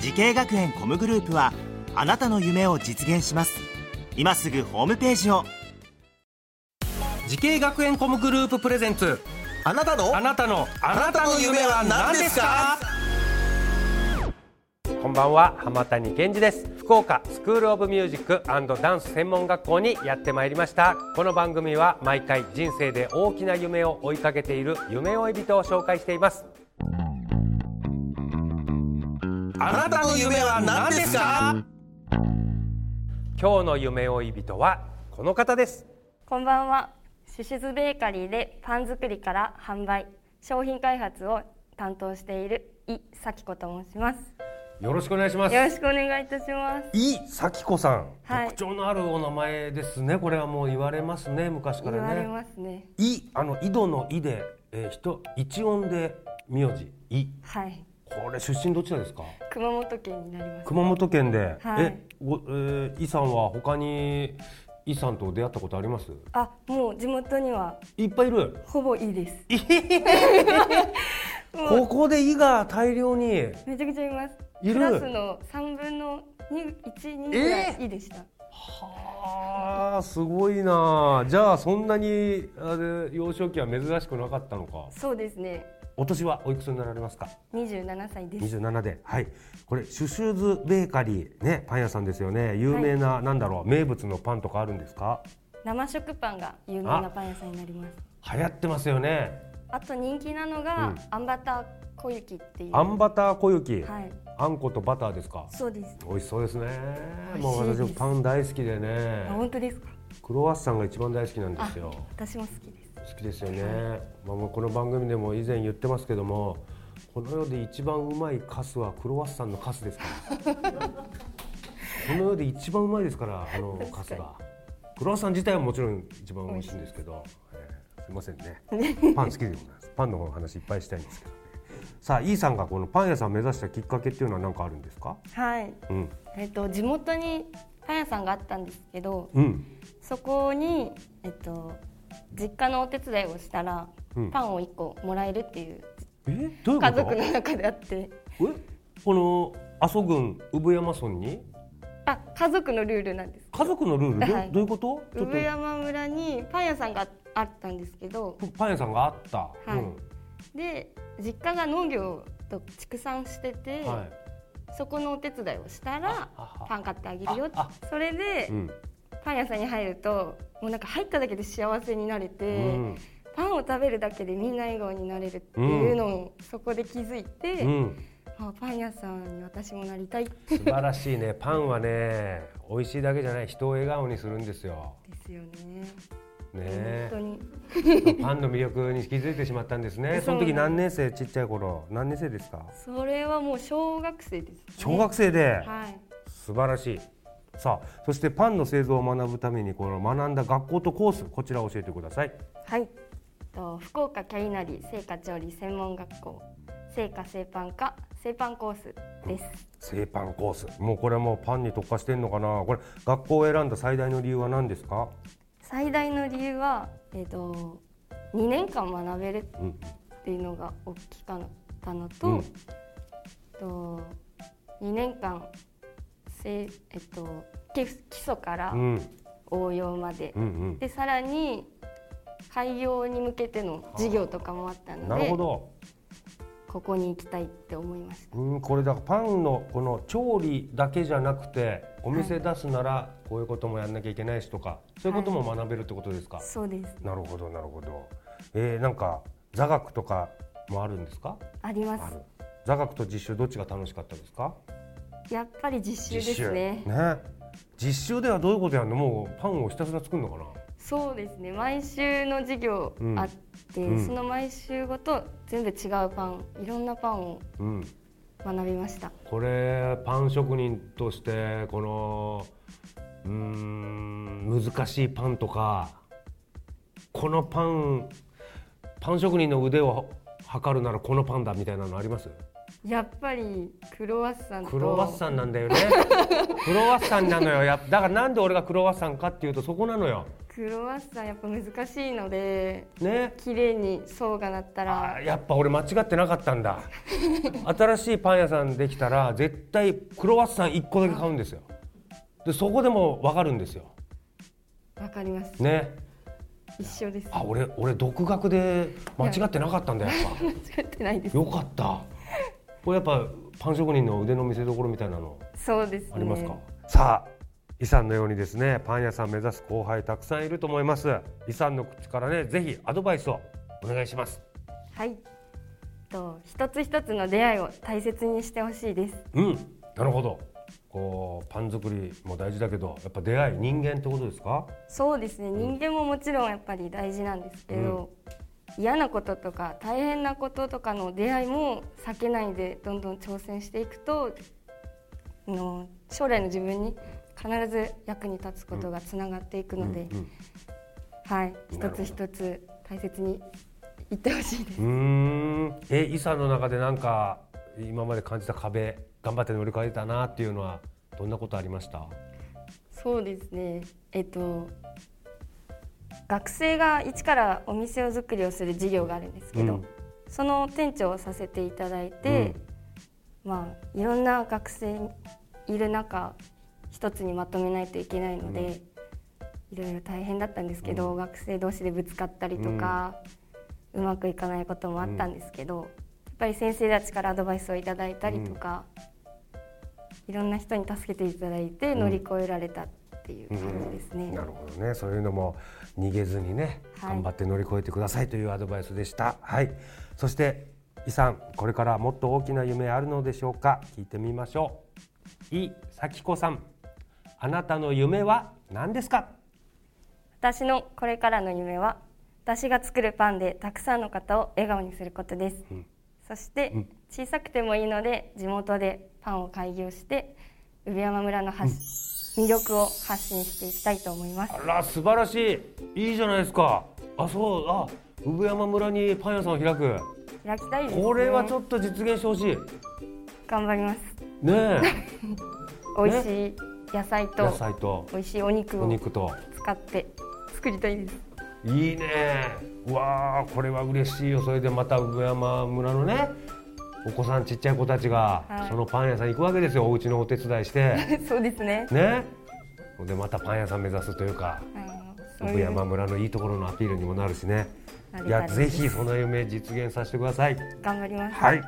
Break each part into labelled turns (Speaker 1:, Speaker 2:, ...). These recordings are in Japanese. Speaker 1: 時系学園コムグループはあなたの夢を実現します今すぐホームページを
Speaker 2: 時系学園コムグループプレゼンツ
Speaker 3: あなたの
Speaker 2: あなたのあなたの夢は何ですかこんばんは浜谷健二です福岡スクールオブミュージックダンス専門学校にやってまいりましたこの番組は毎回人生で大きな夢を追いかけている夢追い人を紹介しています
Speaker 3: あなたの夢は何ですか
Speaker 2: 今日の夢追い人はこの方です
Speaker 4: こんばんは。シシズベーカリーでパン作りから販売、商品開発を担当している井咲子と申します。
Speaker 2: よろしくお願いします
Speaker 4: よろしくお願いいたします。
Speaker 2: 井咲子さん、
Speaker 4: はい
Speaker 2: 特徴のあるお名前ですねこれはもう言われますね昔か
Speaker 4: 言わ
Speaker 2: ら
Speaker 4: れ
Speaker 2: ね
Speaker 4: ますね。
Speaker 2: いあの井戸の井で、えー、人一音で名字い
Speaker 4: はい。
Speaker 2: これ出身どちらですか
Speaker 4: 熊本県になります。
Speaker 2: 熊本県で、
Speaker 4: はい
Speaker 2: えごえー、井さんは他に井さんと出会ったことあります
Speaker 4: あ、もう地元にはい
Speaker 2: っぱいいる
Speaker 4: ほぼいいです。
Speaker 2: ここで井が大量に
Speaker 4: めちゃくちゃいます。
Speaker 2: いる
Speaker 4: クラスの三分の二、一二ぐらいいいでした。
Speaker 2: はあすごいなじゃあそんなにあれ幼少期は珍しくなかったのか
Speaker 4: そうですね。
Speaker 2: お年はおいくつになられますか
Speaker 4: 二十七歳です。
Speaker 2: 27で、はい、これシュシューズベーカリーねパン屋さんですよね有名な、なんだろう名物のパンとかあるんですか
Speaker 4: 生食パンが有名なパン屋さんになります。
Speaker 2: 流行ってますよね
Speaker 4: あと人気なのが、
Speaker 2: うん
Speaker 4: あんバター小雪っていう。
Speaker 2: あんバター小雪、
Speaker 4: はい
Speaker 2: あんことバターですか
Speaker 4: そうです。
Speaker 2: 美味しそうですね
Speaker 4: 美
Speaker 2: もう
Speaker 4: 味しいです
Speaker 2: 私パン大好きでね
Speaker 4: あ本当ですか。
Speaker 2: クロワッサンが一番大好きなんですよ
Speaker 4: 私も好きです。
Speaker 2: 好きですよね、まあ、もうこの番組でも以前言ってますけどもこの世で一番うまいカスはクロワッサンのカスですからこの世で一番うまいですからあのカスがクロワッサン自体はもちろん一番美味しいんですけど、えーすいませんねパン好きでございますパンの方の話いっぱいしたいんですけどねさあ E さんがこのパン屋さんを目指したきっかけっていうのは何かあるんですか
Speaker 4: はい。
Speaker 2: うん
Speaker 4: えっと地元にパン屋さんがあったんですけど、
Speaker 2: うん
Speaker 4: そこにえっと実家のお手伝いをしたら、
Speaker 2: うん
Speaker 4: パンを一個もらえるっていう
Speaker 2: えどういうこと
Speaker 4: 家族の中であっ
Speaker 2: え
Speaker 4: て、
Speaker 2: この阿蘇郡産山村に
Speaker 4: あ家族のルールなんです。
Speaker 2: 家族のルールど,、
Speaker 4: はい
Speaker 2: どういうことちょっと
Speaker 4: 産山村にパン屋さんがあったんですけど、
Speaker 2: パン屋さんがあった、
Speaker 4: いで実家が農業と畜産してて、
Speaker 2: うんはい
Speaker 4: そこのお手伝いをしたら
Speaker 2: ああ
Speaker 4: パン買ってあげるよって
Speaker 2: あ
Speaker 4: それで、
Speaker 2: うん
Speaker 4: パン屋さんに入るともうなんか入っただけで幸せになれて、
Speaker 2: うん
Speaker 4: パンを食べるだけでみんな笑顔になれるっていうのをそこで気づいて、
Speaker 2: うん、
Speaker 4: あパン屋さんに私もなりたいって
Speaker 2: 素晴らしいねパンはね美味しいだけじゃない人を笑顔にするんですよ
Speaker 4: ですよね。
Speaker 2: ね
Speaker 4: 本当に
Speaker 2: パンの魅力に気づいてしまったんですねそ
Speaker 4: そう
Speaker 2: の時何年生ちっちゃい頃何年生ですか
Speaker 4: それはもう小学生です、ね。
Speaker 2: 小学生で、
Speaker 4: はい
Speaker 2: 素晴らしいさあそしてパンの製造を学ぶためにこの学んだ学校とコースこちらを教えてください
Speaker 4: はい。と福岡キャリナリ製菓調理専門学校製菓製パン科製パンコースです。
Speaker 2: 製パンコースもうこれはもうパンに特化してんのかなこれ学校を選んだ最大の理由は何ですか
Speaker 4: 最大の理由は、えっと2年間学べる
Speaker 2: うん
Speaker 4: っていうのが大きかったのと,、
Speaker 2: うん
Speaker 4: と2年間せ、えっと、基基礎から
Speaker 2: うん
Speaker 4: 応用まで、
Speaker 2: うん
Speaker 4: でさらに開業に向けての授業とかもあった
Speaker 2: うん
Speaker 4: の
Speaker 2: なる
Speaker 4: で
Speaker 2: ほど
Speaker 4: ここに行きたいって思いました
Speaker 2: うん、これだからパンのこの調理だけじゃなくてお店出すならこういうこともやんなきゃいけないしとかそういうことも学べるってことですか、
Speaker 4: そうです
Speaker 2: なるほどなるほど、えー、なんか座学とかもあるんですか
Speaker 4: ありま
Speaker 2: あ
Speaker 4: す
Speaker 2: る座学と実習どっちが楽しかったですか
Speaker 4: やっぱり実習ですね
Speaker 2: 実習ね実習ではどういうことやんのもうパンをひたすら作るのかな
Speaker 4: そうですね毎週の授業
Speaker 2: うん
Speaker 4: あって、
Speaker 2: うん
Speaker 4: その毎週ごと全部違うパンいろんなパンを
Speaker 2: うん
Speaker 4: 学びました
Speaker 2: これパン職人としてこのうーん難しいパンとかこのパンパン職人の腕を測るならこのパンだみたいなのあります
Speaker 4: やっぱりクロワッサンと
Speaker 2: クロワッサンなんだよ ねクロワッサンなのよやっだからなんで俺がクロワッサンかっていうとそこなのよ
Speaker 4: クロワッサンやっぱ難しいので
Speaker 2: ね
Speaker 4: 綺麗に層がなった
Speaker 2: あ
Speaker 4: ら
Speaker 2: ーやっぱ俺間違ってなかった んだ新しいパン屋さんできたら絶対クロワッサン1個だけ買うんですよでそこでも分かるんですよ
Speaker 4: わかります
Speaker 2: ね
Speaker 4: 一緒です
Speaker 2: あ俺俺独学で間違ってなかったんだやっ
Speaker 4: 間違ってないです
Speaker 2: ぱよかったこれやっぱパン職人の腕の見せ所みたいなの
Speaker 4: そうですね
Speaker 2: ありますか、さあイさんのようにですねパン屋さん目指す後輩たくさんいると思いますイさんの口からねぜひアドバイスをお願いします
Speaker 4: はいと一つ一つの出会いを大切にしてほしいです
Speaker 2: うんなるほどこうパン作りも大事だけどやっぱ出会い人間ってことですか
Speaker 4: そうですね人間ももちろんやっぱり大事なんですけど、嫌なこととか大変なこととかの出会いも避けないでどんどん挑戦していくとあの将来の自分に必ず役に立つことがつながっていくので、
Speaker 2: うん
Speaker 4: は
Speaker 2: な
Speaker 4: い
Speaker 2: る
Speaker 4: 一
Speaker 2: ほど
Speaker 4: つ一つ大切にいってほしいです
Speaker 2: うーんえイさんの中でなんか今まで感じた壁頑張って乗り越えたなっていうのはどんなことありました
Speaker 4: そうですね。えっと学生が一からお店を作りをする事業があるんですけ
Speaker 2: う
Speaker 4: ど、
Speaker 2: ん
Speaker 4: その店長をさせていただいて、まあいろんな学生いる中一つにまとめないといけないので、いろいろ大変だったんですけど、学生同士でぶつかったりとか、うまくいかないこともあったんですけど、やっぱり先生たちからアドバイスをいただいたりとか、いろんな人に助けていただいて乗り越えられたっていう感じですね。
Speaker 2: なるほどねそういうのも逃げずにね、
Speaker 4: はい
Speaker 2: 頑張って乗り越えてくださいというアドバイスでしたはいそしてイさんこれからもっと大きな夢あるのでしょうか聞いてみましょうイ咲子さんあなたの夢は何ですか
Speaker 4: 私のこれからの夢は私が作るパンでたくさんの方を笑顔にすることです、そして、小さくてもいいので地元でパンを開業して産山村の発し、魅力を発信していきたいと思います
Speaker 2: あら素晴らしいいいじゃないですかあそうあ産山村にパン屋さんを開く
Speaker 4: 開きたいです、ね、
Speaker 2: これはちょ
Speaker 4: っと
Speaker 2: っと実現してほしい
Speaker 4: 頑張ります
Speaker 2: ね え
Speaker 4: 美味しい野菜と
Speaker 2: 野菜と
Speaker 4: 美味しいお肉
Speaker 2: お
Speaker 4: を
Speaker 2: 肉と
Speaker 4: 使って作りたいです
Speaker 2: いいねうわあこれは嬉しいよそれでまた上山村のねお子さんちっちゃい子たちが、
Speaker 4: はい
Speaker 2: そのパン屋さん行くわけですよお家のお手伝いして
Speaker 4: そうですね
Speaker 2: ねでまたパン屋さん目指すというか
Speaker 4: あのそういう
Speaker 2: 上山村のいいところのアピールにもなるしね
Speaker 4: なれ
Speaker 2: い
Speaker 4: たら
Speaker 2: や
Speaker 4: です
Speaker 2: ぜひその夢実現させてください
Speaker 4: 頑張ります、
Speaker 2: はい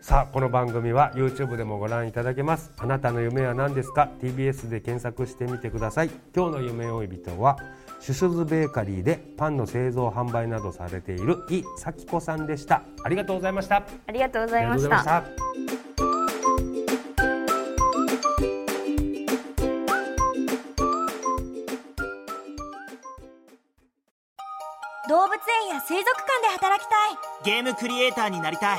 Speaker 2: さあこの番組は YouTube でもご覧いただけますあなたの夢は何ですか TBS で検索してみてください今日の夢追い人はシュシュズベーカリーでパンの製造販売などされている井咲子さんでしたありがとうございました
Speaker 4: ありがとうございました
Speaker 2: ありがとうございました
Speaker 5: 動物園や水族館で働きたい
Speaker 1: ゲームクリエイターになりたい